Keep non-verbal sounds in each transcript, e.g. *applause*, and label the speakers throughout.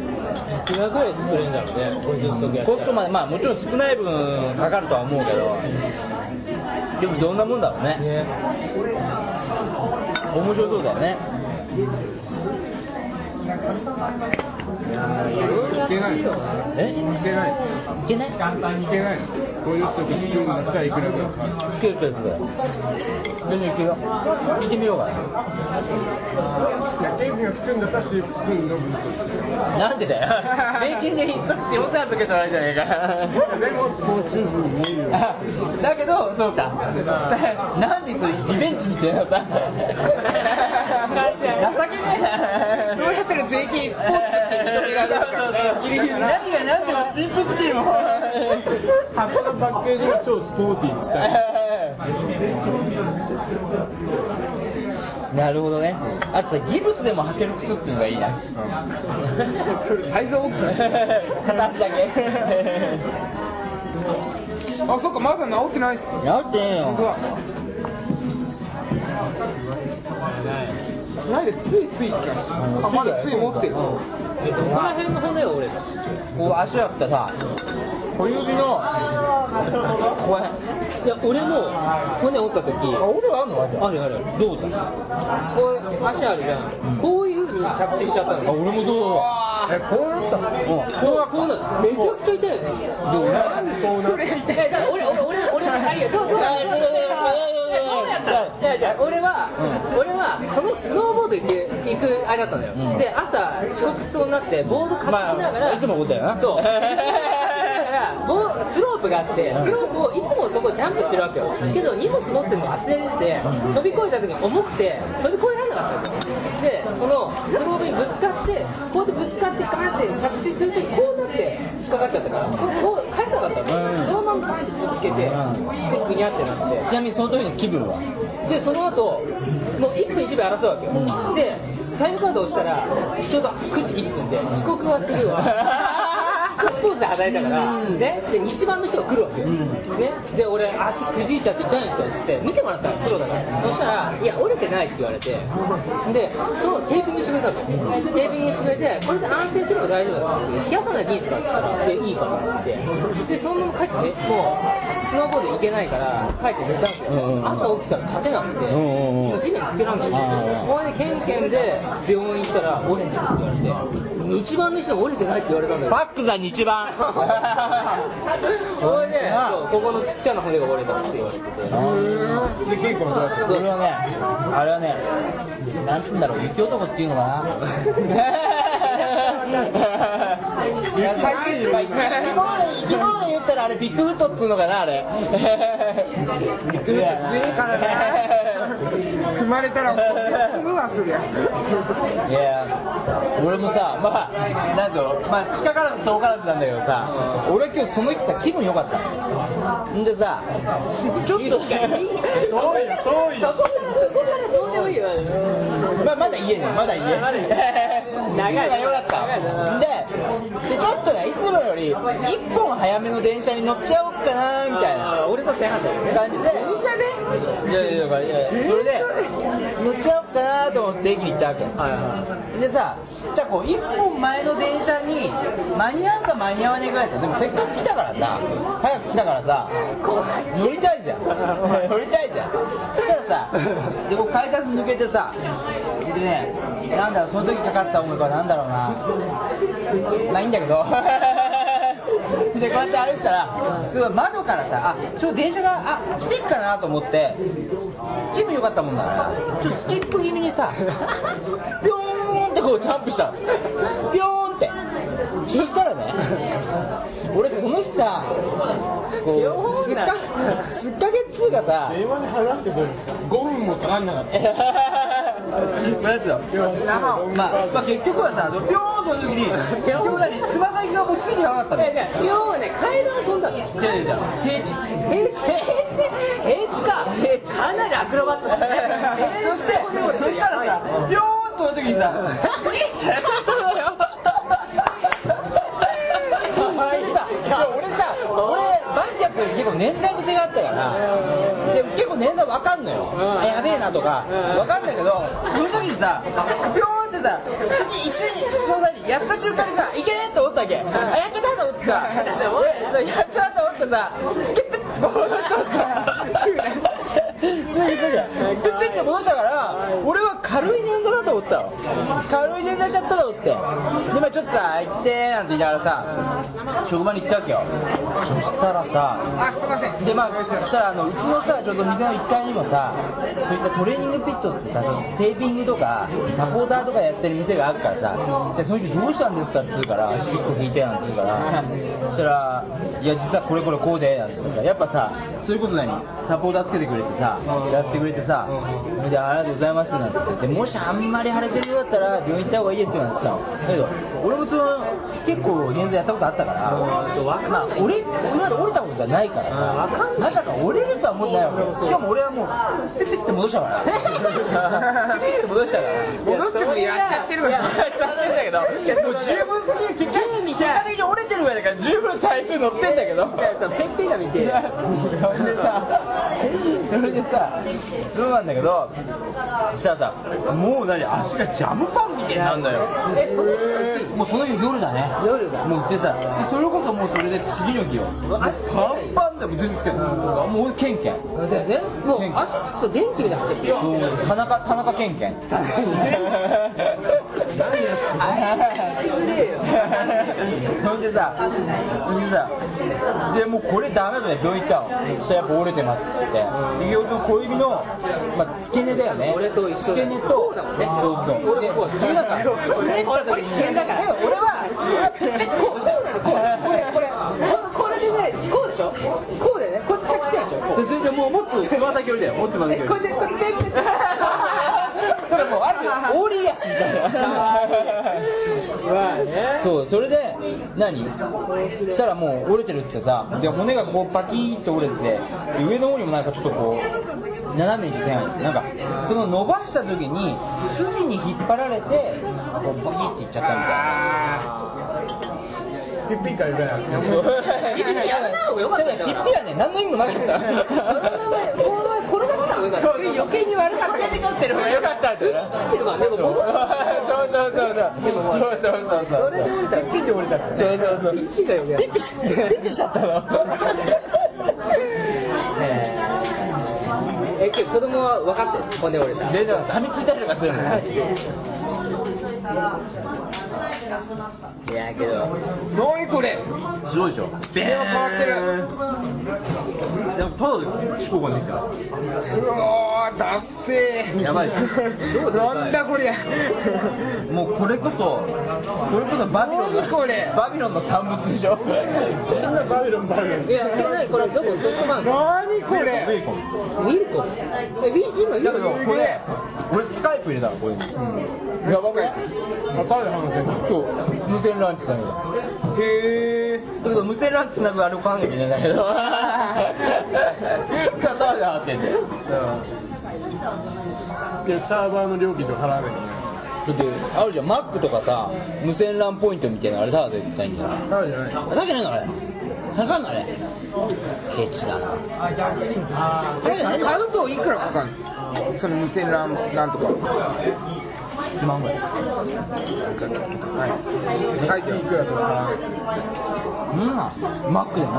Speaker 1: いくらぐらい作れるんだろうね50足やった
Speaker 2: コストまでまあもちろん少ない分かかるとは思うけどでもどんなもんだろうね
Speaker 1: ね
Speaker 2: 面白そうだよね
Speaker 3: いけないの
Speaker 2: え
Speaker 3: いけない
Speaker 2: いけない
Speaker 3: いけないの50足作るんだったらいくらぐらいかかる
Speaker 2: いけるいけるいける全然いけるよ聞いてみようか
Speaker 3: 野球部が作るんだったらシープスプーンのブーツを作る
Speaker 2: ななんでだよ税金で一冊4800円取られるじゃねえか
Speaker 3: でもスポーツシーズンに見えるよ
Speaker 2: あだけどそうかさなんでそれリベンジみたいなさ情けねえなどうやったら税金スポーツとして認められるかギリギリ何が何でもシープスキーも
Speaker 3: 箱のパッケージが超スポーティーにしたい
Speaker 2: なるほどねあとさギブスでも履ける靴っていうのがいいな
Speaker 3: それサイズ大きい
Speaker 2: 片足だけ
Speaker 3: あそっかまだ治ってないっすか
Speaker 2: やってねえ
Speaker 3: 本当
Speaker 2: よ
Speaker 3: だなんでついつい来たしあまだつい持ってる
Speaker 1: えどこら辺の骨が折れた
Speaker 2: こう足だってさ小指のこれ
Speaker 1: いや俺も骨折った時
Speaker 2: あ俺はあんのあ
Speaker 1: あるある
Speaker 2: どうだ
Speaker 1: こう足あるじゃんこういう風に着地しちゃったの
Speaker 2: 俺もそうだ
Speaker 3: えこうなったの
Speaker 1: こうはこうなのめちゃくちゃ痛いよね
Speaker 3: なんでそうな
Speaker 1: い
Speaker 3: る
Speaker 1: やだから俺俺俺俺あいやどうどうどうどういやいや俺は、俺はその日スノーボード行く行くあれだったのよ、で朝遅刻しそうになってボード担ぎながら、
Speaker 2: いつもことやな
Speaker 1: そう *laughs* だからボースロープがあってスロープをいつもそこジャンプしてるわけよけど荷物持ってるの忘れてて飛び越えた時に重くて飛び越えられなかったのでそのスロープにぶつかってこうやってぶつかってガーって着地するとこうなって引っかかっちゃったからこうこう返せなかったの、
Speaker 2: うん
Speaker 1: そのままガーってぶつけてでグニャってなって
Speaker 2: *laughs* ちなみにその時の気分は
Speaker 1: でその後もう1分1秒争うわけよ、でタイムカードを押したらちょうど9時1分で遅刻はす
Speaker 2: *laughs*
Speaker 1: るわスポーツで働いたから、ね、で日番の人が来るわけよ、ね、で俺足くじいちゃって痛いんですよっつって見てもらったのプロだからそしたら「いや折れてない」って言われてでそのテーピングしてくれたわけでテーピングしてくれてこれで安静すれば大丈夫だって冷やさないでいいですかって言ったら「でいいから」っつってでそのまま帰ってねもうスノーボード行けないから帰って寝たんですよ、
Speaker 2: うんうん
Speaker 1: 朝起きたら立てなくて、
Speaker 2: んうんうん
Speaker 1: 地面につけらんない
Speaker 2: ああ
Speaker 1: ほいでケンケンで病院行ったら折れてるって言われて一番の人が折れてないって言われたんだ
Speaker 2: フ
Speaker 1: よ
Speaker 2: ァックが日 *laughs* 番
Speaker 1: *laughs* ほいでそうここのちっちゃな骨が折れたって言われてて
Speaker 3: で結構どうやって
Speaker 2: 俺はねあれはねなんつうんだろう雪男っていうのかな *laughs* いやさっき言った *laughs* 生き物言ったらあれビッグフットっつうのかなあれビッグフ
Speaker 3: ット強いから踏まれたらすぐはするやん
Speaker 2: いや俺もさまあなんていうのまあ近からず遠からずなんだけどさ俺は今日その日さ気分良かったのんでさちょっと
Speaker 3: 遠いよ遠い
Speaker 1: そ
Speaker 3: よ
Speaker 1: こからそこからどうでもいいよ
Speaker 2: まあまだ家ねまだ家
Speaker 1: まだ家長い
Speaker 2: 今よかった
Speaker 1: 長いな
Speaker 2: ででちょっとねいつもより1本早めの電車に乗っちゃおうか
Speaker 1: *laughs*
Speaker 2: なみたいな
Speaker 1: あ俺と正反対だね
Speaker 2: 感じで電車でいやいやいやいやそれで乗っちゃおうかなと思って駅に行ったわけ
Speaker 1: はいは
Speaker 2: でさじゃあこう1本前の電車に間に合うか間に合わねえぐらいだったでもせっかく来たからさ早く来たからさこう乗りたいじゃん乗りたいじゃんそしたらさで僕改札抜けてさでねなんだろうその時かかった思いはなんだろうなまあいいんだけど *laughs* でこうやって歩いてたらすごい窓からさあちょっと電車があ来てっかなと思って気分良かったもんだからちょっとスキップ気味にさ *laughs* ピョーンってこうジャンプしたのピョーンってそしたらね俺その日さこうすっかすっかけっつうかさ
Speaker 3: 電話で話してくれるんです5分もかかんなかった
Speaker 2: まあ、まあ、結局はさ、ピョーンとの時に、結局何、つま先がもうついてなかったの。
Speaker 1: いいやいや要はね階段を飛んだの
Speaker 2: じゃあじゃあ平地
Speaker 1: 平地平地で平地か
Speaker 2: 平地
Speaker 1: かなりアクロバットだね
Speaker 2: そして、そしたらさ、ピョーンとの時にさ、ちょっとだよ。それでさ、いや俺さ、俺バスケやつより結構捻挫癖があったから、でも結構捻挫わかんのよ。あやべえなとかわかんだけど、その時にさ、ピョーンってさ一瞬その何やった瞬間にさいけねえと思ったわけあやっちゃったと思って *laughs* さでそうやっちゃったと思ってさピッピッて戻したったすぐすぐピッピッて戻したから俺は軽い捻挫だと思ったの軽い捻挫しちゃったと思ってで今ちょっとさ行ってなんて言いながらさ職場に行ったわけよそしたらさ
Speaker 3: あすいません
Speaker 2: でまあ、そしたらあのうちのさちょっと店の1階にもさそういったトレーニングピットってさそのテーピングとかサポーターとかやってる店があるからさ「じゃあその人どうしたんですか?」っつうから「足1個引いて」なんつうからそしたら「いや実はこれこれこうで」なんつうからやっぱさそれこそ何サポーターつけてくれてさやってくれてさ「でありがとうございます」なんつってでもしあんまり腫れてるようだったら病院行った方がいいですよ」なんつってたのだけど俺もその結構現在やったことあったから。
Speaker 1: 分
Speaker 2: ま
Speaker 1: か
Speaker 2: あ
Speaker 1: んない、
Speaker 2: 俺今まで折れたことはないからさまさか折れるとは思ってないわけしかも俺はもうピッピッて戻したから
Speaker 1: *laughs*
Speaker 2: ピッピッて戻したから
Speaker 3: 戻してもやっちゃってるから
Speaker 2: やっちゃってんだけどいやもう十分すぎる結果結果的に折れてるぐらいだから十分最終乗ってんだけど
Speaker 1: さペンペンが見て
Speaker 2: でさそれでさそうなんだけどそしたらさもう何足がジャムパンみたいになんだよ
Speaker 1: えその人たち
Speaker 2: もうその夜だね
Speaker 1: 夜だ
Speaker 2: もうでさでそれこそもうそれで次の日よ
Speaker 1: 足
Speaker 2: パンパンでもう全然つけないもうケンケン
Speaker 1: だよねもう足つくと電気みたいに走ってるよ
Speaker 2: 田中田中ケンケン *laughs* それでさ、それでさ、でもうこれダメだね、病院行ったの、そしたらやっぱ折れてますって言って、右の小指の、まあ、付け根だよね、
Speaker 1: 俺と一緒
Speaker 2: 付け
Speaker 1: だ
Speaker 2: 根と、
Speaker 1: こうだもんね
Speaker 2: そうそう、
Speaker 1: 俺こうだ
Speaker 2: でなんか、
Speaker 1: 俺これ危険だから
Speaker 2: で俺は、
Speaker 1: えこうこうなのこうこれこれこれでねこうでしょこうだよねこっち着地したでしょこう
Speaker 2: でそれでもう、もっとつま先よりだよ、もっとつま
Speaker 1: え
Speaker 2: 先よ
Speaker 1: これでこれでこれで
Speaker 2: り。でもあるよ、オーリー足みたいな。そうそれで何そしたらもう折れてるって言ってさで骨がこうパキッと折れててで上の方にもなんかちょっとこう斜めに線が入っててなんかその伸ばした時に筋に引っ張られてこうバキッていっちゃったみたいな。
Speaker 3: ピッピッから言うから
Speaker 1: ピッピやめた方が良かったよ
Speaker 2: ピッピはね何の意味もなかった
Speaker 1: そのままこのまま転がった方がよ
Speaker 2: 余
Speaker 1: かった
Speaker 2: 計に悪かったてってる方が良かったんじゃない
Speaker 1: 切ってるからでも戻す
Speaker 2: そうそうそうそうそうそうそうそうそう
Speaker 3: ピッピッて
Speaker 2: そうそうそう
Speaker 1: ピッピがよくや
Speaker 3: 折れちゃった
Speaker 2: ピッピしピッピしちゃったの
Speaker 1: え今日子供は分かってる骨折れた
Speaker 2: 全然噛みついたりとかするのね
Speaker 1: いやけど
Speaker 3: 何これ
Speaker 2: すごいでしょ全
Speaker 3: 目が変わってる
Speaker 2: でもただで思考ができた
Speaker 3: うわーダッセー
Speaker 2: やばいで
Speaker 3: なんだこりゃ
Speaker 2: もうこれこそこれこそバビロンの
Speaker 3: 何これ
Speaker 2: バビロンの産物でしょ
Speaker 3: みんなバビロンバビロン
Speaker 1: いやそれないこれどこソフトバンク
Speaker 3: 何これ
Speaker 2: ーコン
Speaker 1: ウィルコムえウィ今ウィ
Speaker 2: だ
Speaker 1: ル
Speaker 2: け
Speaker 1: コ
Speaker 2: ど
Speaker 1: ム
Speaker 2: これ俺スカイプ入れたのこれにやばくない
Speaker 3: あ誰で話せんの
Speaker 2: そう無線 LAN つなぐだ
Speaker 3: へえ
Speaker 2: けど無線 LAN つなぐあれを買わなきゃいけないんだ
Speaker 3: *laughs*
Speaker 2: けどそしたら誰が貼ってんだよ
Speaker 3: でサーバーの料金とか払わな
Speaker 2: だ
Speaker 3: い
Speaker 2: ってあるじゃん Mac とかさ無線 LAN ポイントみたいなのあれタダで売ってたんじゃない
Speaker 3: そうじゃない
Speaker 2: 高じゃないのあれ高いのあれケチだな
Speaker 3: え買うといくらかかるんですかその無線 LAN なんとか
Speaker 2: 1万ぐらい
Speaker 3: はいはいいくらとか払わない
Speaker 2: うんマックでな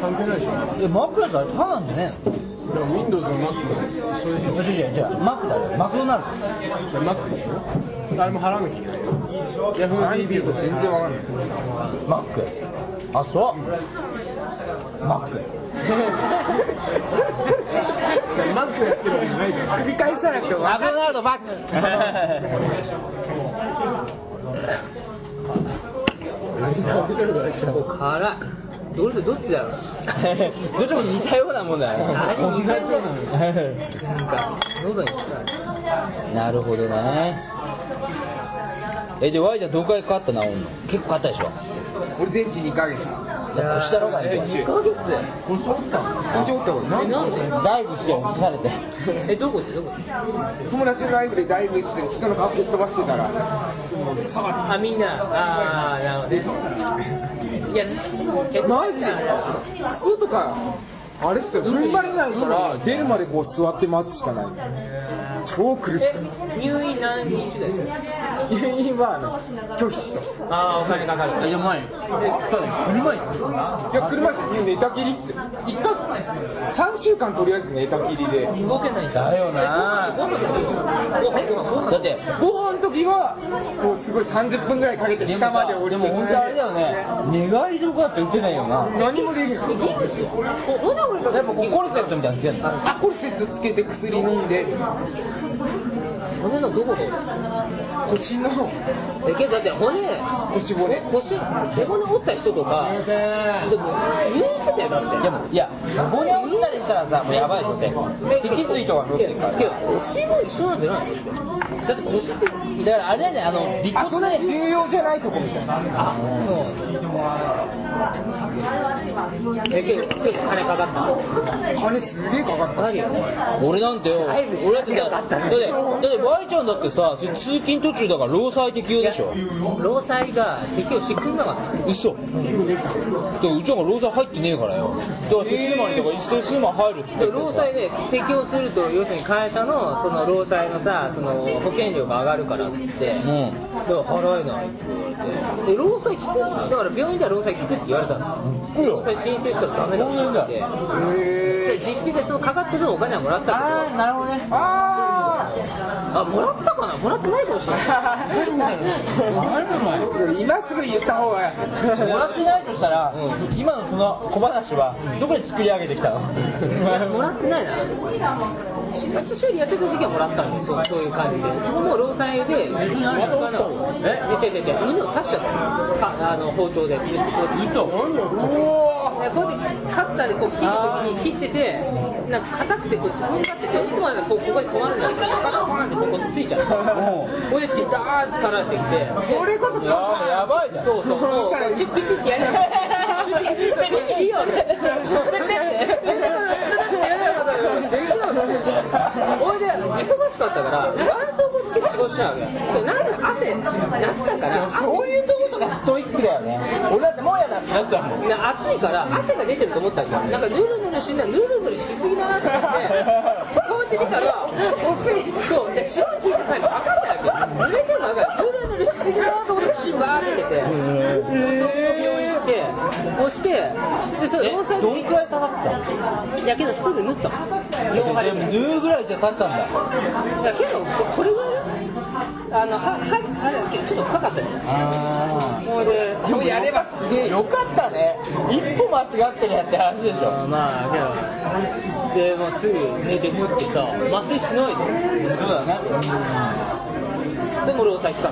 Speaker 3: 関係ないでしょ
Speaker 2: えマックだったらタダなんじゃねえの
Speaker 3: でも Windows の Mac も一緒でしょ
Speaker 2: いや違う違う違うマックだよマクドナルド
Speaker 3: Mac でしょあれも払わなきゃいけないよ Yahoo! b と全然わかんない
Speaker 2: マックあそうマ *laughs* ック
Speaker 3: マックやってるわけじゃないから繰り返さなくても
Speaker 2: マクドナルドマック
Speaker 1: 辛いどれどっちだろう
Speaker 2: どっちも似たようなもんだよ
Speaker 1: 味似てるなんか喉に近い
Speaker 2: なるほどねえで Y じゃんどこからかったなの結構買ったでしょ
Speaker 3: 俺全治2ヶ月
Speaker 2: だから腰だろうがね
Speaker 1: 2ヶ月
Speaker 3: 腰折った腰折ったことない
Speaker 1: えなんで
Speaker 2: ダイブして起こされて
Speaker 1: えどこでどこで
Speaker 3: 友達のライブでダイブして人の顔ぶっ飛ばしてたらすごい触っ
Speaker 1: あみんなああなるほどねいや結
Speaker 3: マジでクソとかあれっすよ踏ん張れないから出るまでこう座って待つしかない超苦しい
Speaker 1: え入院何日です
Speaker 3: ユニバーの拒否したんです
Speaker 1: ああお金かかる
Speaker 2: えでも前に車椅子
Speaker 3: いや車椅子寝たきりっすよ一回3週間とりあえず寝たきりで
Speaker 1: 動けないんだ
Speaker 2: だよなだって
Speaker 3: ご飯の時はもうすごい30分ぐらいかけて下まで降り
Speaker 2: で
Speaker 3: て
Speaker 2: も本当あれだよね寝返りとかって打てないよな
Speaker 3: 何もできない
Speaker 1: 義務ですよほほな俺か
Speaker 2: でもこうコルセットみたいにつけんの
Speaker 3: あコルセットつけて薬飲んで
Speaker 1: 骨のどこが
Speaker 3: 腰の
Speaker 1: えけどだって骨
Speaker 3: 腰骨
Speaker 1: え腰背骨折った人とかでも入院してたよだって
Speaker 2: でもいやそこに打ったりしたらさもうやばいよって脊髄とか乗ってるから
Speaker 1: いや腰も一緒なんじゃないだって腰って
Speaker 2: だからあれだねあの理
Speaker 3: あそ
Speaker 2: 屈
Speaker 3: んな
Speaker 2: ね
Speaker 3: に重要じゃないとこみたいな
Speaker 1: えけど結構金かかった
Speaker 3: 金すげえかかった
Speaker 1: かかるよね
Speaker 2: 俺なんてよ
Speaker 1: だいぶ
Speaker 2: 俺だって
Speaker 1: 知ら
Speaker 2: だ
Speaker 1: なか
Speaker 2: だ
Speaker 1: っ
Speaker 2: ったて
Speaker 1: ね
Speaker 2: だってバイちゃんだってさそれ通勤途中だから労災適用でしょ
Speaker 1: 労災が適用してくんなかった
Speaker 2: 嘘だからうちなんか労災入ってねえからよだから数万とか一斉数万入るっつってんだよ
Speaker 1: 労災で適用すると要するに会社のその労災のさその保険料が上がるからっつって、
Speaker 2: うん
Speaker 1: だから払えないっつってで労災聞くだから病院では労災聞くって言われたの
Speaker 2: いい
Speaker 1: 労
Speaker 2: よ
Speaker 1: 災申請したらダメだって言ってで実費でそのかかってるお金はもらったけど
Speaker 2: ああなるほどね
Speaker 3: あ
Speaker 1: あもらったかなもらってないかもしれ
Speaker 2: あれもない
Speaker 3: あそれ今すぐ言った方が
Speaker 2: もらってないとしたら、今のその小話はどこで作り上げてきた *laughs* の
Speaker 1: ないもらってないな靴修理やってた時はもらったんですよそういう感じでそこも労災で耳を使わなかったえ違う違う違う耳を刺しちゃったかあの包丁でこうやってカッターでこう切るときに切っててなんか硬くてこう突っ込んだっていつまでもこうここに止まるんだけどパカパカってここについちゃうこれで血ダーッて絡んできてそれこそ
Speaker 2: ややばいじゃん
Speaker 1: そうそうもうチュッピッピッてやれないペリッていいよペリッて俺で忙しかったから絆創膏つけて仕事しちゃうわけなんか汗夏だから汗
Speaker 2: そういうとことがストイックだよね俺だってもうやだってなっちゃうもん
Speaker 1: な暑いから汗が出てると思ったんだよなんかぬるぬるしんだぬるぬるしすぎだなと思ってこうやって見たらそうで白い T シャツなんか分かんないわけ濡れてるの分かるぬるぬるしすぎだなと思って血バーって出てその病院行って押してでそれ労災
Speaker 2: どんくらい刺さってたの
Speaker 1: いやけどすぐ縫ったもん4針
Speaker 2: でも縫うぐらいじゃ刺したんだ
Speaker 1: だけどこれぐらいだよあのははあれだっけちょっと深かったよ
Speaker 2: あ
Speaker 1: これで
Speaker 3: もうやればすげえ
Speaker 2: よかったね一歩間違ってるやって話でしょ
Speaker 1: まあじゃあでもうすぐ寝て縫ってさ麻酔しないで
Speaker 2: そうだね
Speaker 1: それも労災期間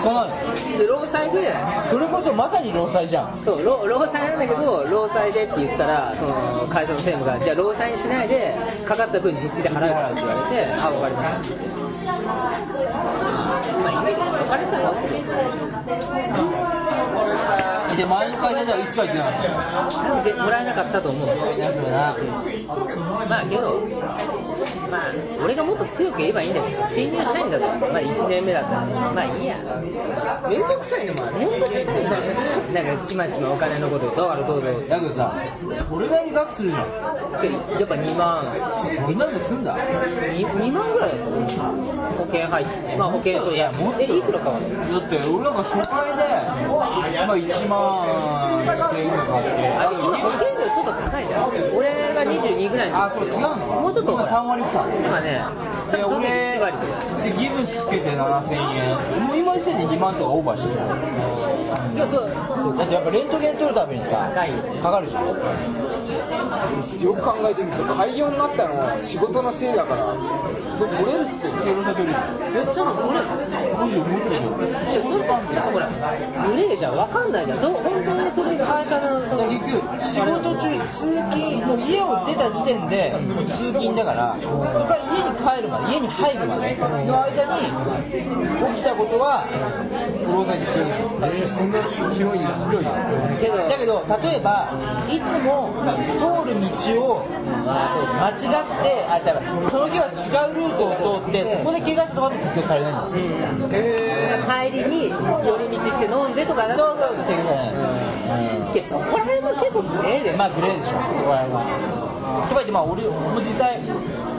Speaker 2: この
Speaker 1: で労災で
Speaker 2: それこそまさに労災じゃん
Speaker 1: そう労労災なんだけど労災でって言ったらその会社の専務がじゃあ労災にしないでかかった分実費で払うからって言われてあ分かりましたって言ってまあいいけどお金さえ持ってる
Speaker 2: で前の会社では一切言ってなかった
Speaker 1: 多分でもらえなかったと思う
Speaker 2: それな
Speaker 1: まあけど、まあ、俺がもっと強く言えばいいんだけど、新入社員だと、まあ1年目だったし、まあいいや、
Speaker 3: 面倒くさいのもある
Speaker 1: 面倒くさいな、なんかちまちまお金のこと、どうあるどうぞって
Speaker 2: だけどさそれなりに額するじゃん
Speaker 1: 言って、やっぱ2万、
Speaker 2: そんなんですんだ
Speaker 1: 2, 2万ぐらいだったの保険入って、まあ保険証や、え、いくらかはね、
Speaker 2: だって俺なんか初回で、まあ、1万1000円ぐらい買って
Speaker 1: あ今、保険料ちょっと高いじゃん、俺が22ぐらいの
Speaker 2: あそう違うの
Speaker 1: もうちょっと
Speaker 2: 今3割負担
Speaker 1: 今ね、多
Speaker 2: で
Speaker 1: 分その
Speaker 2: 俺
Speaker 1: 時1割とか。
Speaker 2: でギブスつけて7000円もう今時点で2万とかオーバーしてる
Speaker 1: いやそうそう
Speaker 2: だってやっぱレントゲン取るためにさ
Speaker 1: 高いよね
Speaker 2: かかるじゃんだ
Speaker 3: よく考えてみると開業になったのは仕事のせいだからそれ取れるっすよ
Speaker 2: けどさ取る
Speaker 1: えそんなのこれ
Speaker 2: もうちょいもうちょい取る
Speaker 1: いやそれかほら無礼じゃんわかんないじゃんどう本当にそれ会社のその
Speaker 2: 結局仕事中通勤もう家を出た時点で通勤だからそれから家に帰るまで家に入るまでの間に起きたことは労災で消えるでしょ
Speaker 3: えそんな広いんだ
Speaker 1: けど
Speaker 2: だけど例えばいつも通る道を間違ってあだからその日は違うルートを通ってそこで怪我したとかって適用されないの
Speaker 1: 帰りに寄り道して飲んでとかだ
Speaker 2: そうそう適用されないの
Speaker 1: けどそこら辺も結構無礼で *laughs*
Speaker 2: まあグレーでしょそこら辺はとか言ってまあ俺も実際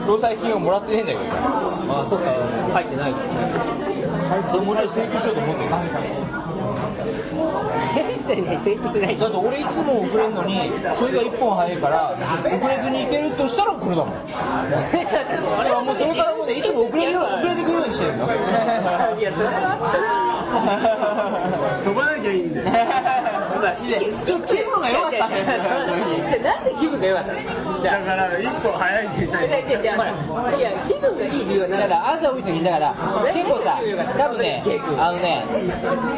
Speaker 2: 労災金をもらってねえんだけどさ
Speaker 1: まあそっか書いてない
Speaker 2: もうちょい請求しようと思ってる
Speaker 1: ね請求し *laughs* ない
Speaker 2: だって俺いつも遅れんのにそれが1本早いから遅れずに行けるとしたらこれだもん
Speaker 1: *laughs*
Speaker 2: 俺はもうそれからもうねいつも遅れるよう遅れてくるようにしてるの
Speaker 1: いやそれは
Speaker 4: 飛ばなきゃいいんだよ
Speaker 1: 好き好き
Speaker 2: 気分が良かったんだよ
Speaker 1: じゃあなんで気分が良かったの
Speaker 4: だから一歩早いって言っちゃい
Speaker 1: いやいやいやほらいや気分がいい理由は
Speaker 2: だか
Speaker 1: 何だ
Speaker 2: ら朝起きた時にだから結構さ多分ねあのね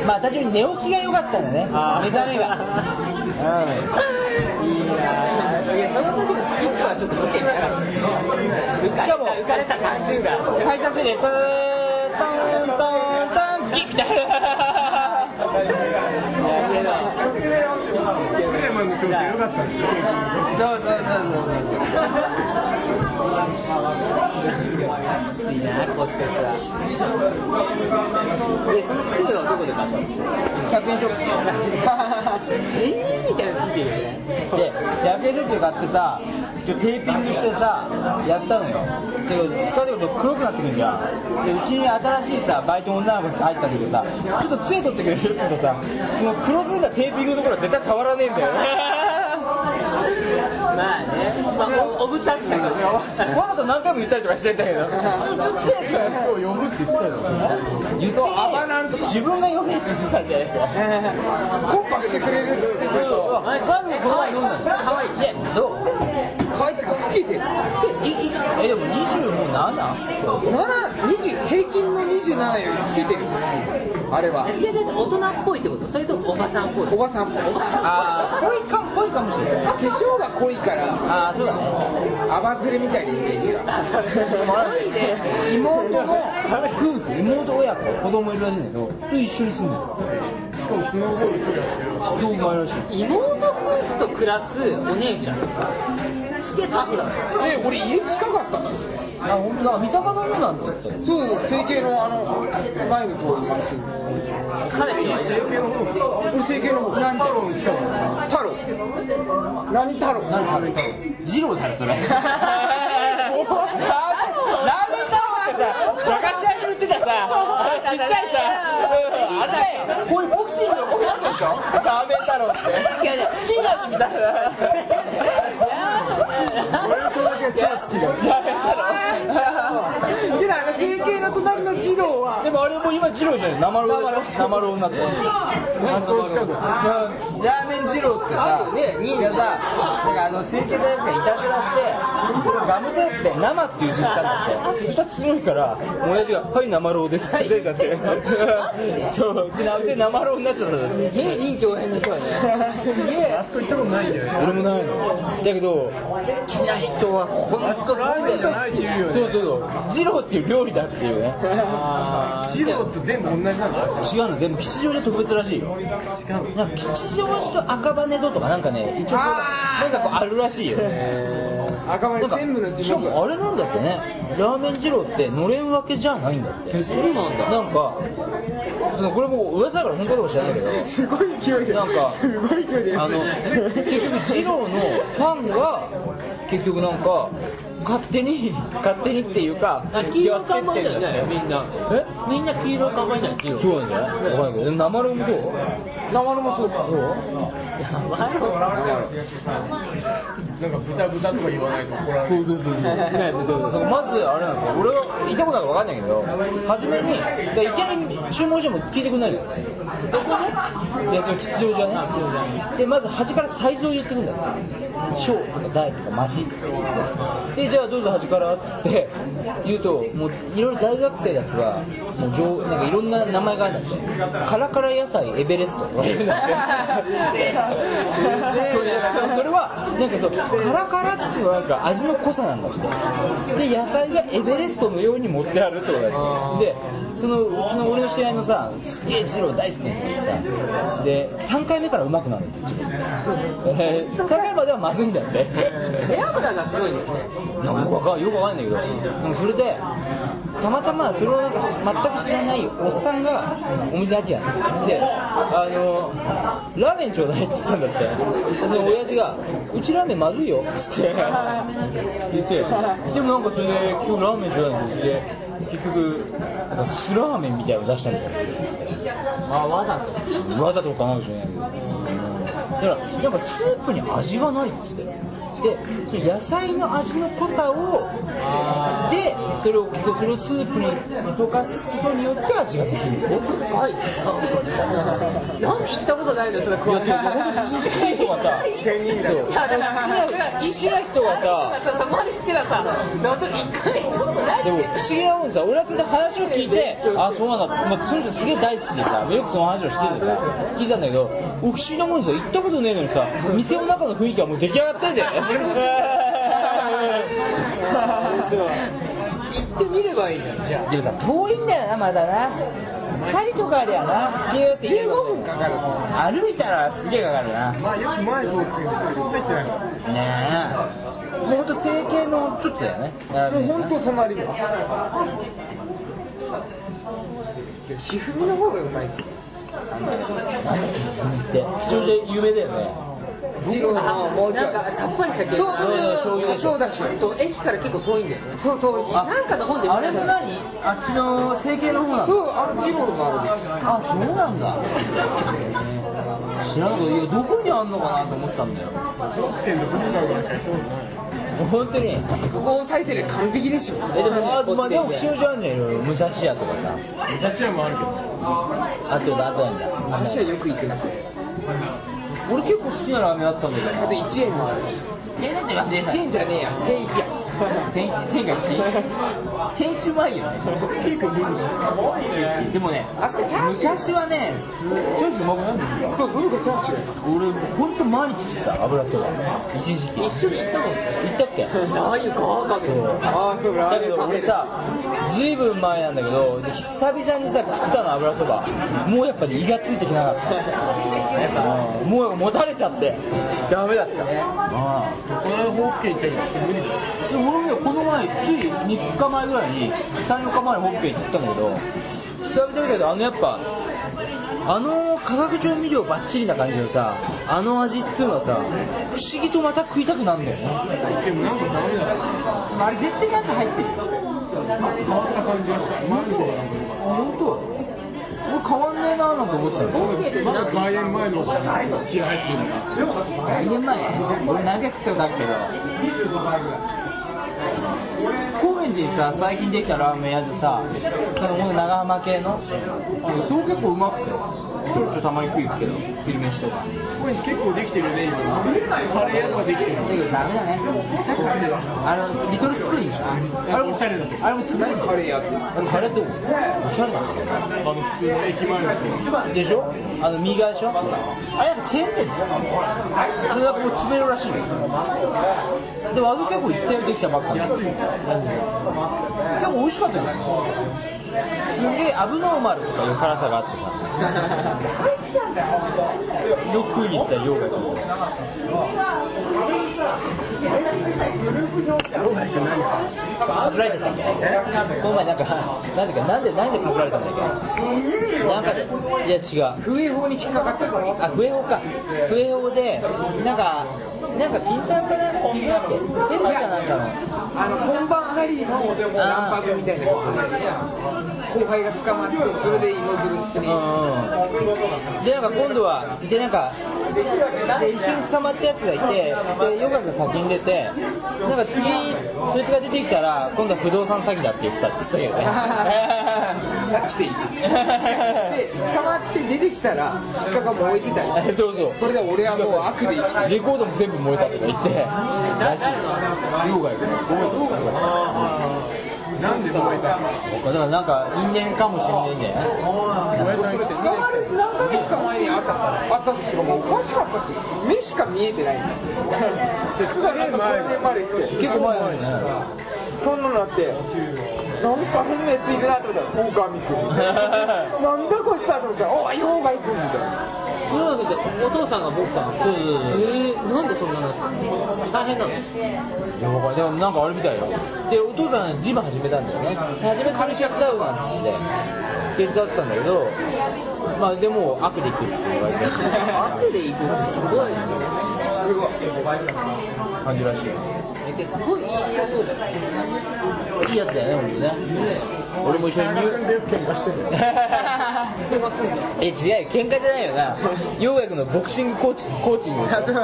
Speaker 2: まあ単純に寝起きが良かったんだね目覚めが
Speaker 1: いやその時のスキップはちょっとロケになかった
Speaker 2: しか *laughs* も
Speaker 1: 浮かれた30が
Speaker 2: 改札でトーントントントンピッみたい *laughs* な
Speaker 4: 福山の調子良かったんですよ
Speaker 2: そうそうそうそうそう。きついな骨折は。
Speaker 1: でその2はどこで買ったの
Speaker 2: 百円ショップ。
Speaker 1: 千人みたいなのついてるよね
Speaker 2: で百円ショップで買ってさ、ちょテーピングしてさやったのよ。で疲れると黒くなってくるじゃん。でうちに新しいさバイトの女の子が入ったんだけどさ、ちょっと杖取ってくれるって言うとさ、その黒ずんだテーピングのところは絶対触らねえんだよ。
Speaker 1: まあねまあおおぶつ扱いが
Speaker 2: わざと何回も言ったりとかしてんだけど、ちょっと杖取って。
Speaker 4: 今日呼ぶって言ってたよ
Speaker 2: 言って自分が読めって言ってたじゃないですか。
Speaker 3: コンパしてくれるっつって
Speaker 2: お前ファミリーこの前読んだの
Speaker 1: かわい
Speaker 2: い
Speaker 1: い
Speaker 2: やどう
Speaker 3: あいつが老けてる
Speaker 2: いいえでも20もう 7?
Speaker 3: 7 20平均の27より老けてるあれはい
Speaker 1: やだって大人っぽいってことそれともおばさんっぽい
Speaker 3: おばさんっぽい
Speaker 2: ああぽいかもぽいかもしれない
Speaker 3: 化粧が濃いから
Speaker 2: ああそうだね
Speaker 3: アバズレみたいなイメージが
Speaker 2: 妹の夫婦妹親子子供いるらしいんだけどと一緒に住んでるしかもスノーボール超やってる
Speaker 1: 妹夫婦と暮らすお姉ちゃんすげえタフだね
Speaker 3: え俺家近かったっす
Speaker 2: 超うまいらしいあ本当だ三鷹のもなんだって
Speaker 3: そうそう整形のあの前の通りまっすぐ
Speaker 1: 彼氏はいる
Speaker 3: 俺整形の方何太郎の近く太郎何太郎
Speaker 2: 何食べたの二郎だろそれラーメンラーメン太郎ってさ駄菓子屋に売ってたさあのちっちゃいさうんあれだよこういうボクシングのこういうやつでしょラーメン太郎って
Speaker 1: いやいや
Speaker 2: チキン味みたいなラーメン
Speaker 4: 俺の友達が超好きだよ
Speaker 3: でなんか整形の隣の二郎は
Speaker 2: でもあれも今二郎じゃない生ローでしょ生ローになって
Speaker 4: あそこの近くだ
Speaker 2: ラーメン二郎ってさ、ね、人がさ、なんかあの整形大学がいたずらして、ガムテープで生っていう字にしたんだって、2つ強いから、親父が、はい、生ローですって出たって、そう、で、生ローになっちゃったんだって
Speaker 1: すげえ臨機応変な人はねすげえ
Speaker 4: あそこ行ったことないんだよね
Speaker 2: 俺もないの。だけど、好きな人は本当好きだよ
Speaker 4: じゃないって言うよね
Speaker 2: そうそうそう、二郎っていう料理だっていうね。
Speaker 4: 二郎って全部同じな
Speaker 2: 違う
Speaker 4: の
Speaker 2: の、でも吉祥寺は特別らしいよ。なんか吉祥寺と赤羽戸とかなんかね、一応こう、なんかこうあるらしいよね。
Speaker 3: 赤羽
Speaker 2: なんか
Speaker 3: 専務の地
Speaker 2: しか
Speaker 3: 獄
Speaker 2: もあれなんだってねラーメン二郎ってのれん分けじゃないんだってそうなんだなんかそのこれもう噂だから本当かどうか知らないけど
Speaker 3: すごい勢いで
Speaker 2: なんか
Speaker 3: すごい勢いで
Speaker 2: あの結局二郎のファンが結局なんか勝手に勝手にっていうか
Speaker 1: あ黄色い看板だ
Speaker 2: やって
Speaker 1: よ
Speaker 2: んだ
Speaker 1: ね
Speaker 2: よ
Speaker 1: みんな
Speaker 2: え
Speaker 1: みんな黄色い看板だよ黄色
Speaker 2: そうなんじゃない分かんないけどでも生ロンもそう
Speaker 3: 生のもそうです
Speaker 4: なんか豚豚とか言わないと怒られる
Speaker 2: そうそうそうそう。なんかまずあれなんだよ。俺は行ったことあるかわかんないけど、初めに、だからいきなり注文しても聞いてくんないじゃん。どこで？いやその吉祥寺はね。でまず端からサイズを言ってくんだって。小とか大とかマシ。でじゃあどうぞ端からっつって言うともういろいろ大学生だとかもう上なんかいろんな名前があるんだって。カラカラ野菜エベレストとか言うんだって。それはなんかそうカラカラっつうのはなんか味の濃さなんだってで野菜がエベレストのように持ってあるってことだってでそのうちの俺の知り合いのさすげえ二郎大好きな人でさで3回目からうまくなるんだよ自分えー3回 *laughs* 目まではまずいんだって
Speaker 1: 背脂がすごいんですね
Speaker 2: なんかよくわかんよくわかんないんだけどでもそれでたまたまそれをなんかし全く知らないおっさんがお店の空き家であのラーメンちょうだいっつったんだってその親父が「うちラーメンまずいよ」っつって言ってでもなんかそれで「今日ラーメンちょうだい」って言って結局なんか酢ラーメンみたいなの出したみたいな
Speaker 1: あわざと
Speaker 2: わざとかなんでしょうねだからやっぱスープに味がないんですってでその野菜の味の濃さをでそれを結局それをスープに溶かすことによって味ができる
Speaker 1: 奥深いなんで行ったことないのそんな詳しい
Speaker 2: 好きな人はさ
Speaker 1: いやだから
Speaker 2: 好きな人はさ
Speaker 1: さそこまで知ってたらさ本当に一回行ったことないって
Speaker 2: でも不思議なもんでさ俺はそれで話を聞いてあそうなんだ、まあ、それですげえ大好きでさよくその話をしててさ聞いたんだけど不思議なもんでさ行ったことねえのにさ店の中の雰囲気はもう出来上がってんだよ
Speaker 1: 行ってみればいいじゃんじゃ
Speaker 2: でもさ遠いんだよなまだなチャリとかありゃな15分かかる歩いたらすげえかかるなね
Speaker 4: まあよく前通ってたけど入ってないの
Speaker 2: えもうほんと整形のちょっとだよね
Speaker 3: もう本当隣よひふみの方がうまいっすよ
Speaker 2: って吉祥寺有名だよね
Speaker 3: 二郎のもうちょい
Speaker 1: なんかさっぱりした系
Speaker 3: そう
Speaker 2: 醤
Speaker 3: そう
Speaker 2: 油
Speaker 3: そ
Speaker 2: でしょ
Speaker 3: うそうだし
Speaker 1: そう駅から結構遠いんだよね
Speaker 3: そうそうそう
Speaker 1: なんかの本で見た
Speaker 2: あれも何あっちの整形の方なの
Speaker 3: そうあの二郎のあれですよ
Speaker 2: あそうなんだ知らなかったいやどこにあんのかなと思ってたんだよ
Speaker 4: 県の文化ぐらいしか行ったことない
Speaker 2: 本当に
Speaker 3: そこ押さえてる完璧でしょ
Speaker 2: えでもあまあでも吉祥寺あるんじゃんいろいろ武蔵屋とかさ
Speaker 4: 武蔵屋もあるけど
Speaker 2: あとだあとなんだ
Speaker 3: 私はよく行くなあ
Speaker 2: 俺結構好きなラーメンあったんだけどな
Speaker 3: と1円もあるし
Speaker 2: チェーンじゃねえな
Speaker 3: 1円じゃねえや定一や
Speaker 2: 天一天が天一うまいよねでもね
Speaker 3: あそこチャーシュ
Speaker 2: 昔はねす長州うまくない
Speaker 3: ーそう文化チャーシュー
Speaker 2: 俺本当毎日来てた油そば一時期行っ
Speaker 1: 一緒に行ったもんね
Speaker 2: たっけ
Speaker 1: ああいう川かけ
Speaker 2: そう
Speaker 3: ああそうラ
Speaker 2: だ
Speaker 3: ー
Speaker 2: け
Speaker 3: メン
Speaker 2: ど
Speaker 3: かけ
Speaker 2: 俺
Speaker 3: る
Speaker 2: さずいぶん前なんだけど久々にさ食ったの油そばもうやっぱり胃がついてきなかったうんもうもたれちゃってダメだったああ
Speaker 4: この方府県行ったけどちょっと無理だよ
Speaker 2: でも俺もねこの前つい3日前ぐらいに34日前にホッケー行ったんだけど久々だけどあのやっぱあの化学調味料ばっちりな感じのさあの味っつうのはさ不思議とまた食いたくなるんだよね
Speaker 4: でもなんかダメだな
Speaker 2: あれ絶対なんか入ってるよ
Speaker 4: 変わった感じがした前の方がなんか
Speaker 2: 本当俺変わんねえなーなんて思ってたの
Speaker 4: まだ外苑前の気が入ってるのか
Speaker 2: 2年前俺何回食ったことあるけど高円寺にさ最近できたラーメン屋でさそのほんと長浜系のあのそれ結構うまくてちょろちょろたまに食い行くけど昼飯とか
Speaker 4: これ結構できてるね今カレー屋とかできてる
Speaker 2: だけどダメだねあのリトルスプーンでしょあれも
Speaker 4: おしゃれだと
Speaker 2: あれもつまり
Speaker 3: カレーやってる
Speaker 2: あれカレーどうおしゃれなんだよ
Speaker 4: あの普通の駅前の人
Speaker 2: でしょあの右側でしょあれやっぱチェーン店だよそれがこう潰れるらしいのでもあの結構一点できたばっかり安い安いでも美味しかったよすげえアブノーマルとかいう辛さがあってさよく食いに行ってたよがパクられちゃったんだよこの前なんかなんだかなんでなんでパクられたんだっけなんかでいや違う
Speaker 3: 風営法に引っかかったから
Speaker 2: あ、笛法か。笛法で、なんか、なんかピンさんかなんかピンだっけ。セルかなんかの。
Speaker 3: あの本番ハリーのランパグみたいな曲で後輩が捕まってそれで芋づる式に
Speaker 2: うんうんでなんか今度はでなんかで一緒に捕まったやつがいてでヨガが先に出てなんか次そいつが出てきたら今度は不動産詐欺だって言ってたって言ってたけどね
Speaker 3: 来ていいで捕まって出てきたら実家が燃えてたり
Speaker 2: えそうそう
Speaker 3: それで俺はもう悪で生きて
Speaker 2: レコードも全部燃えたとか言ってらしいヨガ
Speaker 4: なんで燃えた
Speaker 2: だからなんか因縁かもしれないんだよね
Speaker 3: それ捕まる何ヶ月か前に会った会った時とかもうおかしかったっすよ目しか見えてないんだよでそれで前まで来て
Speaker 2: 結構前だよね
Speaker 3: こんなのあってなんか変なやついるなと思ったら、オオカミくん。なんだこいつはと思ったら、おい、オオカミくんみたいな。
Speaker 5: 世の中でお父さんがボクサー
Speaker 2: そうそうそう
Speaker 5: えー、なんでそんなの大変なの
Speaker 2: 了解でもなんかあれみたいよでお父さんジム始めたんだよね初め紙シャツだよなんつって手伝ってたんだけどまあでも悪で行くって言われてたし
Speaker 1: 悪で行くってすごいね
Speaker 2: 感じらしい
Speaker 1: えすごいいい人そうじゃない
Speaker 2: いいやつだよね本当ね俺も一緒に入
Speaker 4: で喧嘩してんだよ
Speaker 1: 人がすんだ
Speaker 2: え違う喧嘩じゃないよなようやくのボクシングコーチコーチングした
Speaker 3: そう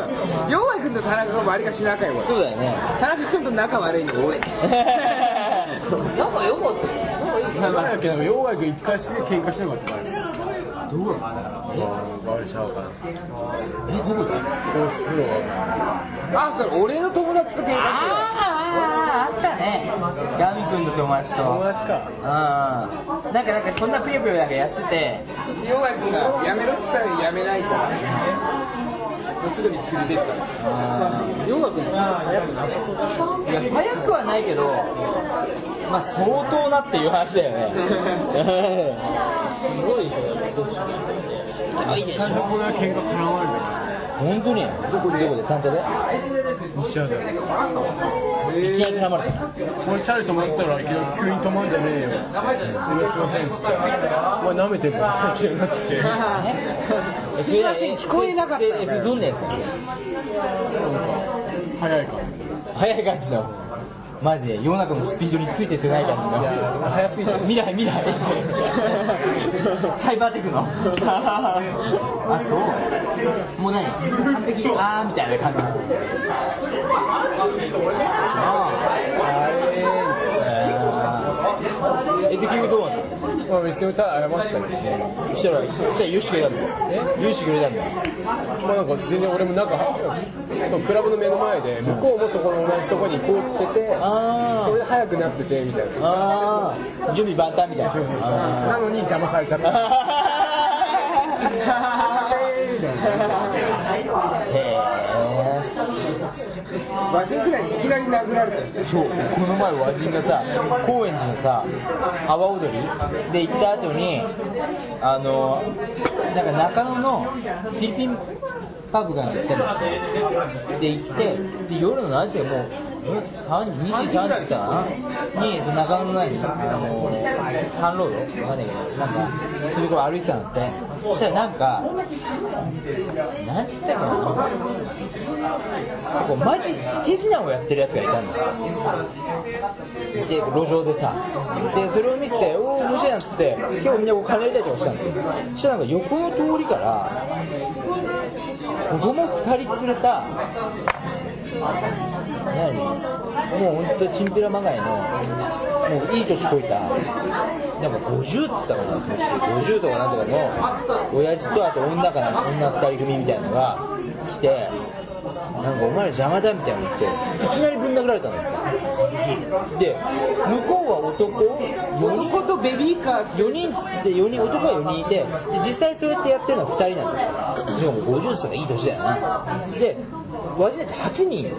Speaker 3: ヨウアイ君と田中がわりかし仲良いわ。
Speaker 2: そうだよね
Speaker 3: 田中君と仲悪いの、おい。
Speaker 1: なんかよかったよなんかよかった
Speaker 4: なんだっけなんか妖怪君一回すげえ喧嘩してなかったからどうなのあれしゃうかなえどこだコースフロア
Speaker 3: あ、それ俺の友達と喧嘩して
Speaker 2: あああったね *laughs* ガミ君の友達と
Speaker 4: 友達か
Speaker 2: ああなんかなんかこんなぷよぷよなんかやってて
Speaker 3: たヨウアイ君がやめろって言ったらやめないから。すぐに連れてったの。
Speaker 1: 洋楽の
Speaker 2: いや早くはないけどまあ相当なっていう話だよ *laughs* ね
Speaker 1: すごいですよねボクシング
Speaker 4: 最初これは喧嘩絡まれるんだよ
Speaker 2: 本当にどこでどこで三茶で
Speaker 4: 西山だよ
Speaker 2: いきなり絡まれた
Speaker 4: 俺チャリ止まったらいきなり急に止まんじゃねえよっつって俺すいませんっつってお前舐めてんのって急になってきて
Speaker 2: すいません聞こえなかったえそれどんなやつなの
Speaker 4: 早いから
Speaker 2: 速い感じだマジで世の中のスピードについてってない感じが速すぎて未来未 *laughs* 来サイバーテクノあそうもう何完璧あーみたいな感じあーえーえ結局どうなった
Speaker 4: まあ店をただ謝ってたけどね
Speaker 2: のしたらそしたら許してくれたんだよ許してくれたんだよ
Speaker 4: まあなんか全然俺もなんかそうクラブの目の前で向こうもそこの同じとこにコーチしてて
Speaker 2: あ
Speaker 4: それで早くなっててみたいな
Speaker 2: あー準備万端みたいな
Speaker 4: なのに邪魔されちゃ *laughs* った
Speaker 2: へえ
Speaker 3: 和人くらいいきなり殴られたんですよ
Speaker 2: そうこの前和人がさ高円寺のさ阿波踊りで行った後にあのなんか中野のフィリピンパブが行ったので行ってで夜の何時だよもう3時23時かなにその中野の何あのサンロードわかんないけどなんかそういうところ歩いてたんだってそしたらなんかなんつったかなそこマジ手品をやってるやつがいたんだで路上でさでそれを見せて「おお面白いな」っつって結構みんなお金入れたりとかしたんだよそしたらなんか横の通りから子供2人連れた何もう本当チンピラまがいのもういい年こいたなんか50っつったかな年50とかなんとかの親父とあと女かな女2人組みたいなのが来てなんかお前ら邪魔だみたいなの言っていきなりぶん殴られたのよで向こうは男4人
Speaker 3: 男とベビーカー
Speaker 2: 4人つって4人男が4人いてで実際それってやってるのは2人なんだよしかも50歳がいい年だよなで和人たち8人いる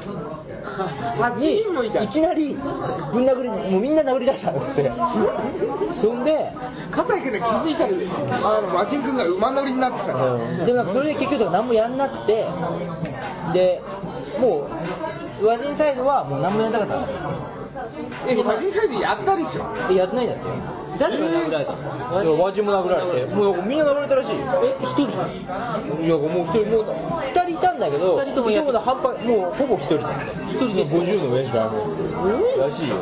Speaker 3: 8人もいた
Speaker 2: いきなりぶん殴りもうみんな殴り出したんだってそんで
Speaker 3: 葛西君が気づいたらあの和人君が馬乗りになってたの
Speaker 2: でもなんかそれで結局何もやんなくてでもう和人サイドはもう何もやんなかったの
Speaker 3: え和人サイドやったでしょ
Speaker 2: でやってないんだって
Speaker 1: 誰が殴られたの
Speaker 2: だから和人も殴られてもうみんな殴られたらしいよ
Speaker 1: え一人
Speaker 2: いやもう一人もう二人いたんだけど
Speaker 1: 二人ともや
Speaker 2: い
Speaker 1: っ
Speaker 2: とも半端もうほぼ一人だ一人で50の親父がもうらしいよ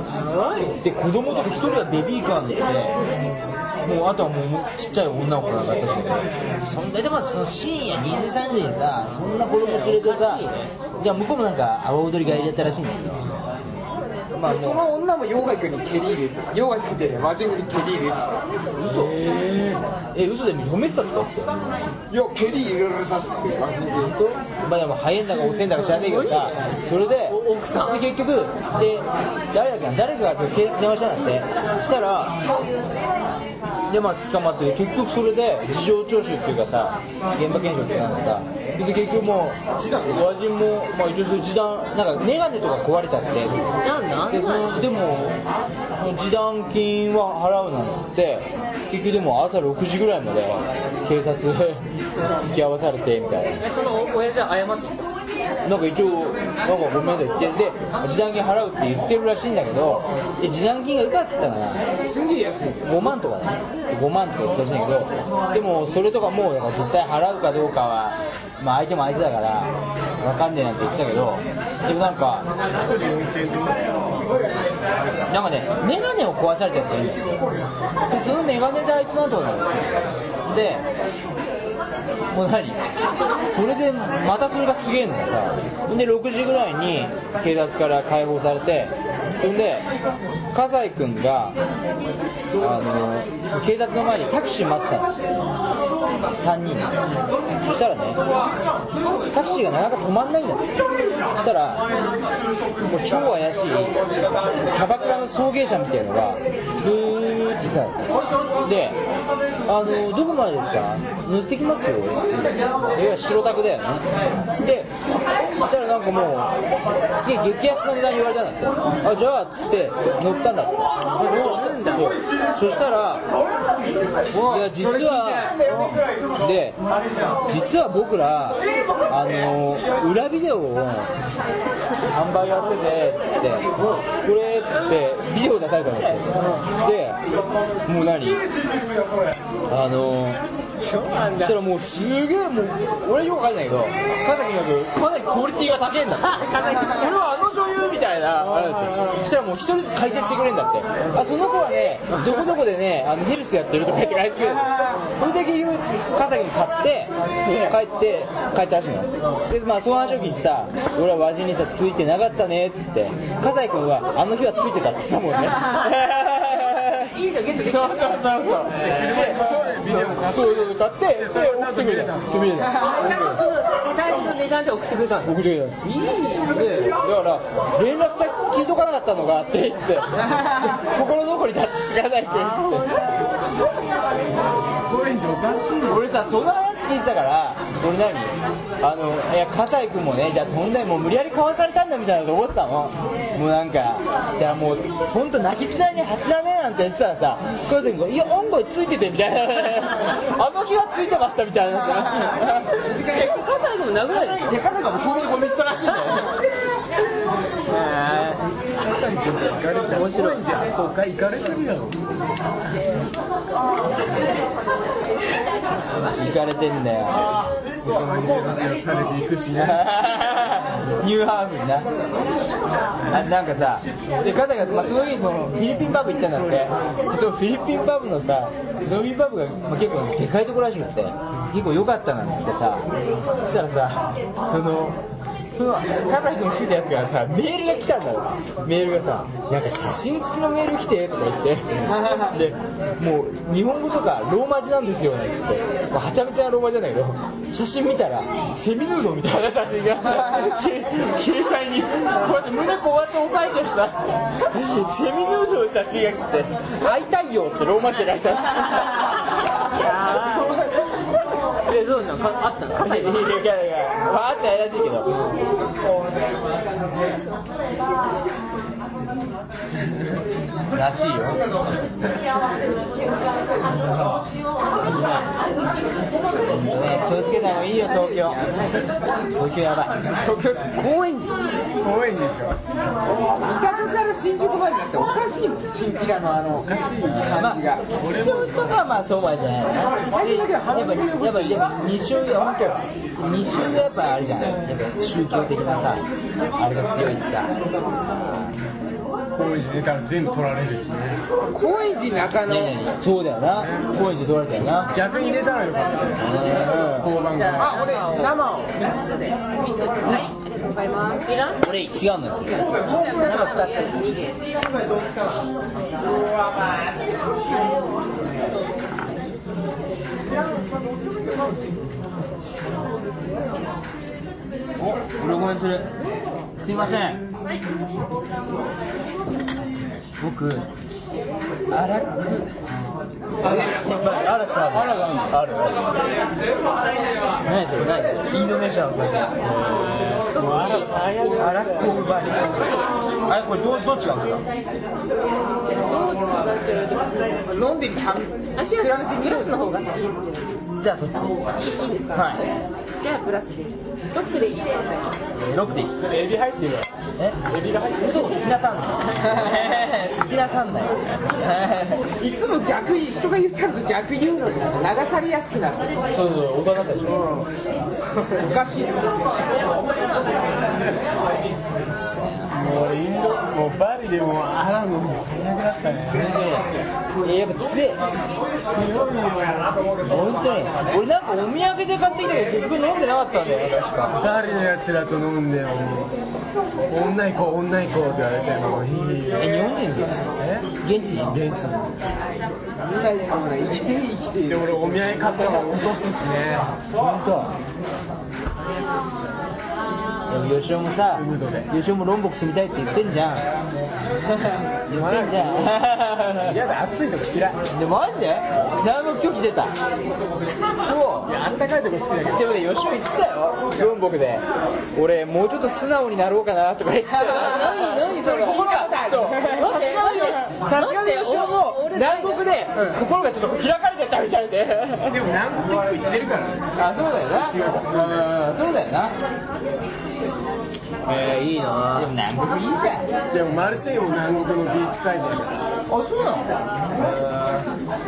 Speaker 2: で子供とか一人はベビーカーなんでもうあとはもうちっちゃい女の子なんかやったしねそんででもその深夜2時3時にさそんな子供連れてさじゃあ向こうもなんか阿波踊りがいだったらしいんだけどまあ
Speaker 3: その女も妖怪君に蹴り入れて妖怪君じゃねえ和人君に蹴り入れてた
Speaker 2: 嘘え嘘で褒めてたって
Speaker 3: いや蹴り入れられたっつって和人君
Speaker 2: まあでも早いんだか遅いんだか知らないけどさそれで奥さんで結局で誰だっけな誰かが警察に電話したんだってしたらでまあ捕まって結局それで事情聴取っていうかさ現場検証っていうのがさで結局もう親父も、まあ、一応そういう示談なんか眼鏡とか壊れちゃって
Speaker 5: なんなん
Speaker 2: でそのでもその示談金は払うなんつって結局でも朝6時ぐらいまで警察付き合わされてみたいな
Speaker 5: えその親父は謝ってきた
Speaker 2: なんか一応なんかごめんって言ってで示談金払うって言ってるらしいんだけどで示談金がいくらって言ったかな
Speaker 3: すんげえ安いんですよ
Speaker 2: 5万とかだね5万とか言ったらしいんだけどでもそれとかもうだから実際払うかどうかは、まあ、相手も相手だから分かんねえなんて言ってたけどでもなんかなんかね眼鏡を壊されたやつがいるんだってでその眼鏡代となんとかなるんですよでもう何それでまたそれがすげえのがさほんで6時ぐらいに警察から解放されてそんで葛西君があの警察の前でタクシー待ってたの3人そしたらねタクシーがなかなか止まんないんだってそしたらもう超怪しいキャバクラの送迎車みたいのがブーって来たんですよであの「どこまでですか乗せてきますよ」っていや白タクだよねでそしたらなんかもうすげえ激安な値段言われたんだってあじゃあっつって乗ったんだってそうそしたらいや実はで実は僕らあの裏ビデオを販売やっててっつってこれっつってビデオ出されたんですよでもう何あのそしたらもうすげえもう俺よくわかんないけど笠木君かなりクオリティが高いんだって *laughs* 俺はあの女優みたいなあれだってそしたらもう一人ずつ解説してくれるんだってあその子はねどこどこでねあのヘルスやってるとか言って解説してくれるんだってそれで結局笠木に買って帰って帰ったらしいのでまあその話を聞いてさ俺は和人にさついてなかったねっつって笠木君はあの日はついてたって言ってたもんね *laughs* いいのゲットそうそうそうそうそういうの買って、それを送ってくれた。すみれた。
Speaker 1: ちゃんとその最初の値段で送ってくれたの
Speaker 2: 送ってくれた。いいね。だから、連絡先聞いとかなかったのがあって、言 *laughs* って。心残りだって知らないけど、って。
Speaker 4: これ以上おかしいよ
Speaker 2: 俺さ、その話聞いてたから、俺何あの、いや、葛西君もね、じゃあ飛んで、もう無理やり買わされたんだみたいなこと思ってたの。もうなんか、じゃあもう、ほんと泣きつらいね、蜂だね、なんて言ってたらさ、葛西君が、いや、案外ついてて、みたいな。 *laughs* あの日はついてました、みたいなさ。
Speaker 1: 結構笠井君も殴られて
Speaker 2: いや、彼がもう峠でゴミ捨てらしいんだよ。
Speaker 4: 面白いじゃんあそこが行かれてるやろ
Speaker 2: 行かれてんだよ。
Speaker 4: されていくし
Speaker 2: ニューハーフにな。あなんかさ、で、ガタが、まあ、その時にそのフィリピンパブ行ったんだって、でそのフィリピンパブのさ、そのフィリピンパブが、まあ、結構でかいところらしくって、結構良かったなんつってさ、そしたらさ、その、その笠井君についたやつからさ、メールが来たんだよ、メールがさ、なんか写真付きのメール来てとか言って、で、もう日本語とかローマ字なんですよなんつって、まあ、はちゃめちゃなローマ字なんだけど、写真見たら、セミヌードみたいな写真が、 *laughs* け携帯に、こうやって胸こうやって押さえてるさ、セミヌードの写真が来て、会いたいよってローマ字で書いてある。
Speaker 1: えどうしたのかあったの
Speaker 2: いやいやいや、まあ、あってないらしいけど。らしいよ。ね、気をつけた方がいいよ、東京。東京やばい。
Speaker 3: 高円寺
Speaker 4: 公園でしょ
Speaker 3: 三鷹から新宿までだっておかしいもんチンピラのあのおかしい感じが
Speaker 2: 吉祥寺とかはまあそうまでじゃないよな。
Speaker 3: 最近だけど
Speaker 2: やっぱ
Speaker 3: 花見の
Speaker 2: やっぱやっぱ二週や本当よ二週やっぱあれじゃないやっぱ宗教的なさあれが強いしさ
Speaker 4: 高円寺出たら全部取られるしね
Speaker 3: 高円寺中野
Speaker 2: ねえねえそうだよな高円寺取られたよな
Speaker 4: 逆に出たらよかったよ
Speaker 2: うん
Speaker 4: 交番が
Speaker 3: あ俺生を
Speaker 2: 俺違うのですよ生二つ
Speaker 5: 俺ごめんするすいません僕アラック
Speaker 2: あるか。あるある。何それ何
Speaker 5: インドネシアの酒アラコーバリあれこれどうどう違うんですか
Speaker 3: 飲んでみた
Speaker 6: 私はグラスの方が好きです
Speaker 2: じゃあそっち。
Speaker 6: けどいいいいですか、じゃあプラスでロックでいいですか
Speaker 2: えーロックでいいっす。
Speaker 4: エビ入ってるよ
Speaker 2: え
Speaker 4: エビが入ってる
Speaker 2: 嘘を突き出さんなよ。突き出さんなよ。
Speaker 3: いつも逆に人が言ったのと逆言うのになんか流されやすくなる
Speaker 2: そうそう、おかかったでしょ。
Speaker 3: おかしい
Speaker 4: もうインドもうバリでもうアラブも最悪だったね
Speaker 2: えーやっぱ強え。
Speaker 4: 強いのやな
Speaker 2: 本当に。俺なんかお土産で買ってきたけど、結局飲んでなかったんだよ、確か。
Speaker 4: バリのやつらと飲んでもう女行こう女行こうって言われてもういいよ
Speaker 2: え、日本人じゃない
Speaker 4: え
Speaker 2: 現地人
Speaker 4: 現地人
Speaker 3: みんなでもね生きてる生きて
Speaker 4: で
Speaker 3: る
Speaker 4: 俺お土産買ったら落とすしね
Speaker 2: 本当でも吉尾もさ
Speaker 4: ムードで
Speaker 2: 吉尾もロンボク住みたいって言ってん *laughs* じゃん言ってんじ *laughs* ゃん
Speaker 4: やだ暑いとこ嫌い
Speaker 2: でマジで何も拒否出たそ
Speaker 4: いやあったかいとこ好きだけど
Speaker 2: うでもね吉尾言ってたよロンボクで俺もうちょっと素直になろうかなとか言ってたよ何何それ心がそうさすがに吉さすがに吉尾も南国で心がちょっと開かれてったみたいで
Speaker 4: でも南国結構行ってるからね
Speaker 2: あそうだよなそうだよなえー、いいなでも南国いいじゃんあ
Speaker 4: でもマルセイユも南国のビーチサイドだから
Speaker 2: そうなの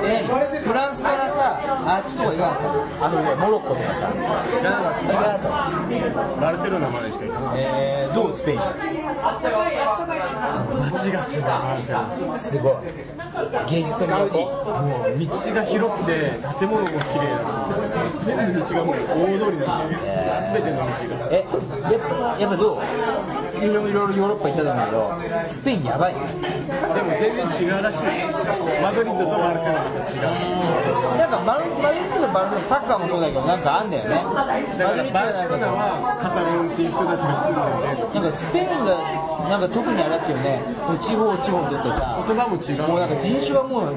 Speaker 2: えー、フランスからさあっちとか行かなかったあのねモロッコとかさ行かなかっ
Speaker 4: バルセロナまでしか行かな
Speaker 2: たえー、どうスペイン
Speaker 4: い街がすごいバルセロナ
Speaker 2: すごい芸術の都
Speaker 4: もう道が広くて建物も綺麗だし全部道がもう大通りなんだよ全ての道が
Speaker 2: えやっぱやっぱどういろいろヨーロッパ行ったと思うけどスペインやばいね
Speaker 4: でも全然違うらしいマドリッドとバルセロナと違
Speaker 2: なんかマルマドリッドとバルセロナサッカーもそうだけどなんかあんだよね
Speaker 4: うだからバルセロナはカタロンっていう人たちが住んでるんで
Speaker 2: なんかスペインがなんか特にあれだってよね、その地方地方にとってさ、
Speaker 4: 言葉も違う
Speaker 2: もうなんか人種がもう違う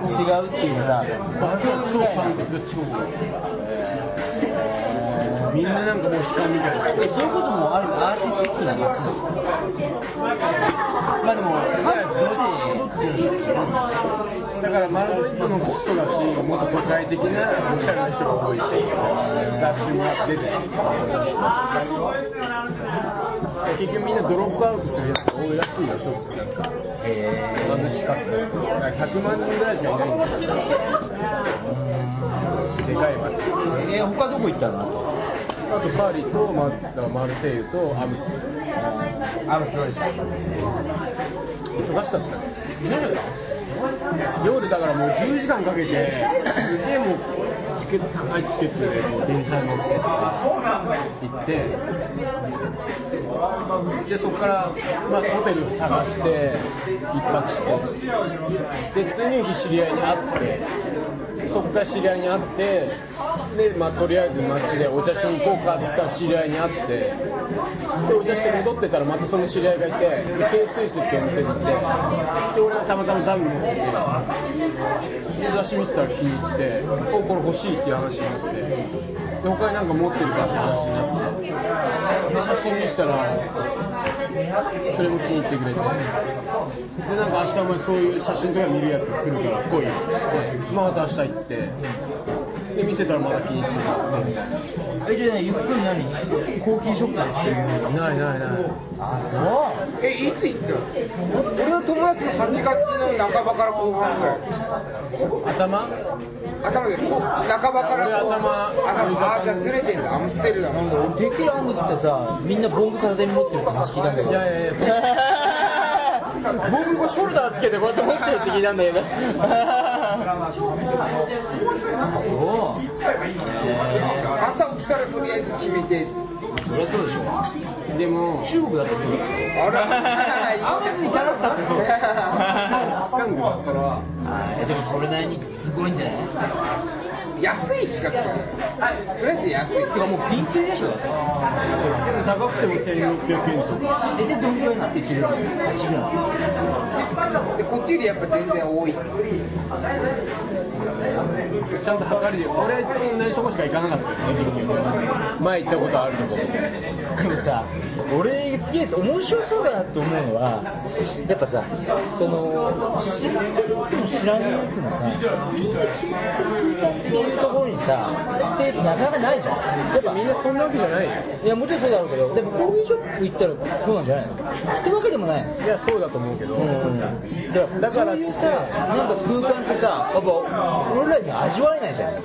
Speaker 2: っていうさ、
Speaker 4: バルセロナ超パンクスが超多いみんななんかもう悲観みたいな
Speaker 2: えそれこそもうあるアーティスティックな街なの。まあでも、どっちどっち
Speaker 4: だからマルドリッドの人だしもっと都会的なおしゃれな人が多いし雑誌も出て結局みんなドロップアウトするやつが多いらしいよショックなんか貧しかったりとかだから100万人ぐらいしかいないんだよでかい街
Speaker 2: えー、他どこ行ったの
Speaker 4: あとパリとまたマルセイユとアムステル
Speaker 2: あの、そうでした。
Speaker 4: 忙しかったね夜だからもう10時間かけてすげえもうチケット高いチケットでもう電車に乗って行ってでそこから、まあ、ホテルを探して一泊してで次の日知り合いに会ってそこから知り合いに会ってで、まあ、とりあえず街でお茶しに行こうかって言ったら知り合いに会ってでお茶して戻ってたらまたその知り合いがいてで K スイスってお店に行ってで俺がたまたまダム持っててで雑誌見せたら気に入っておこれ欲しいっていう話になってで他になんか持ってるかって話になってで写真見せたらそれも気に入ってくれてでなんか明日お前そういう写真とか見るやつ来るから来いよっつってまあまた明日行ってで見せたらまだ気に入ってもらってみたいな
Speaker 5: えじゃあねゆっくり何高級ショップなの
Speaker 4: ないないない
Speaker 3: えいついつよ俺の友達も8月の半ばから後半ぐらい
Speaker 4: 頭
Speaker 3: 頭でこう半ばから後
Speaker 4: 俺
Speaker 3: 半
Speaker 4: 頭
Speaker 3: 頭あーじゃあずれてんだアムステルダム
Speaker 2: できるアムスってさ、みんなボング片手に持ってるって話聞いたんだけ
Speaker 4: い
Speaker 2: ど。
Speaker 4: やいやい
Speaker 2: *laughs*
Speaker 4: やそう
Speaker 2: ボングこうショルダーつけてこうやって持ってるって聞いたんだけど。そう。
Speaker 3: 朝起きたらとりあえず決めてっつって
Speaker 2: そりゃそうでしょ。
Speaker 4: でも
Speaker 2: 中国だってそう。
Speaker 3: あら
Speaker 2: アムスに行かなくたってそう。
Speaker 4: スカンクだったら
Speaker 2: でもそれなりにすごいんじゃない
Speaker 3: 安いしか使えないとりあえず安い。
Speaker 2: てかもうピンキリでしょだって
Speaker 4: 高くても1600円とか
Speaker 2: えでどんぐらいなの1グラム8グラム
Speaker 3: で、こっちよりやっぱ全然多い。
Speaker 4: ちゃんと測りで俺はいつも同じとこしか行かなかったよね結局前行ったことあるとこみたいな
Speaker 2: でもさ俺すげえ面白そうだなって思うのはやっぱさその知らないやつも知らないやつもさみんな決まってる空間っていうところにさってなかなかないじゃんやっぱ
Speaker 4: みんなそんなわけじゃないよ
Speaker 2: いやもちろんそうだろうけどでもコーヒーショップ行ったらそうなんじゃないのってわけでもないの
Speaker 4: いやそうだと思うけど、
Speaker 2: だ
Speaker 4: だか
Speaker 2: そ
Speaker 4: ら
Speaker 2: ういうさなんか空間ってさやっぱ俺らには味わえないじゃん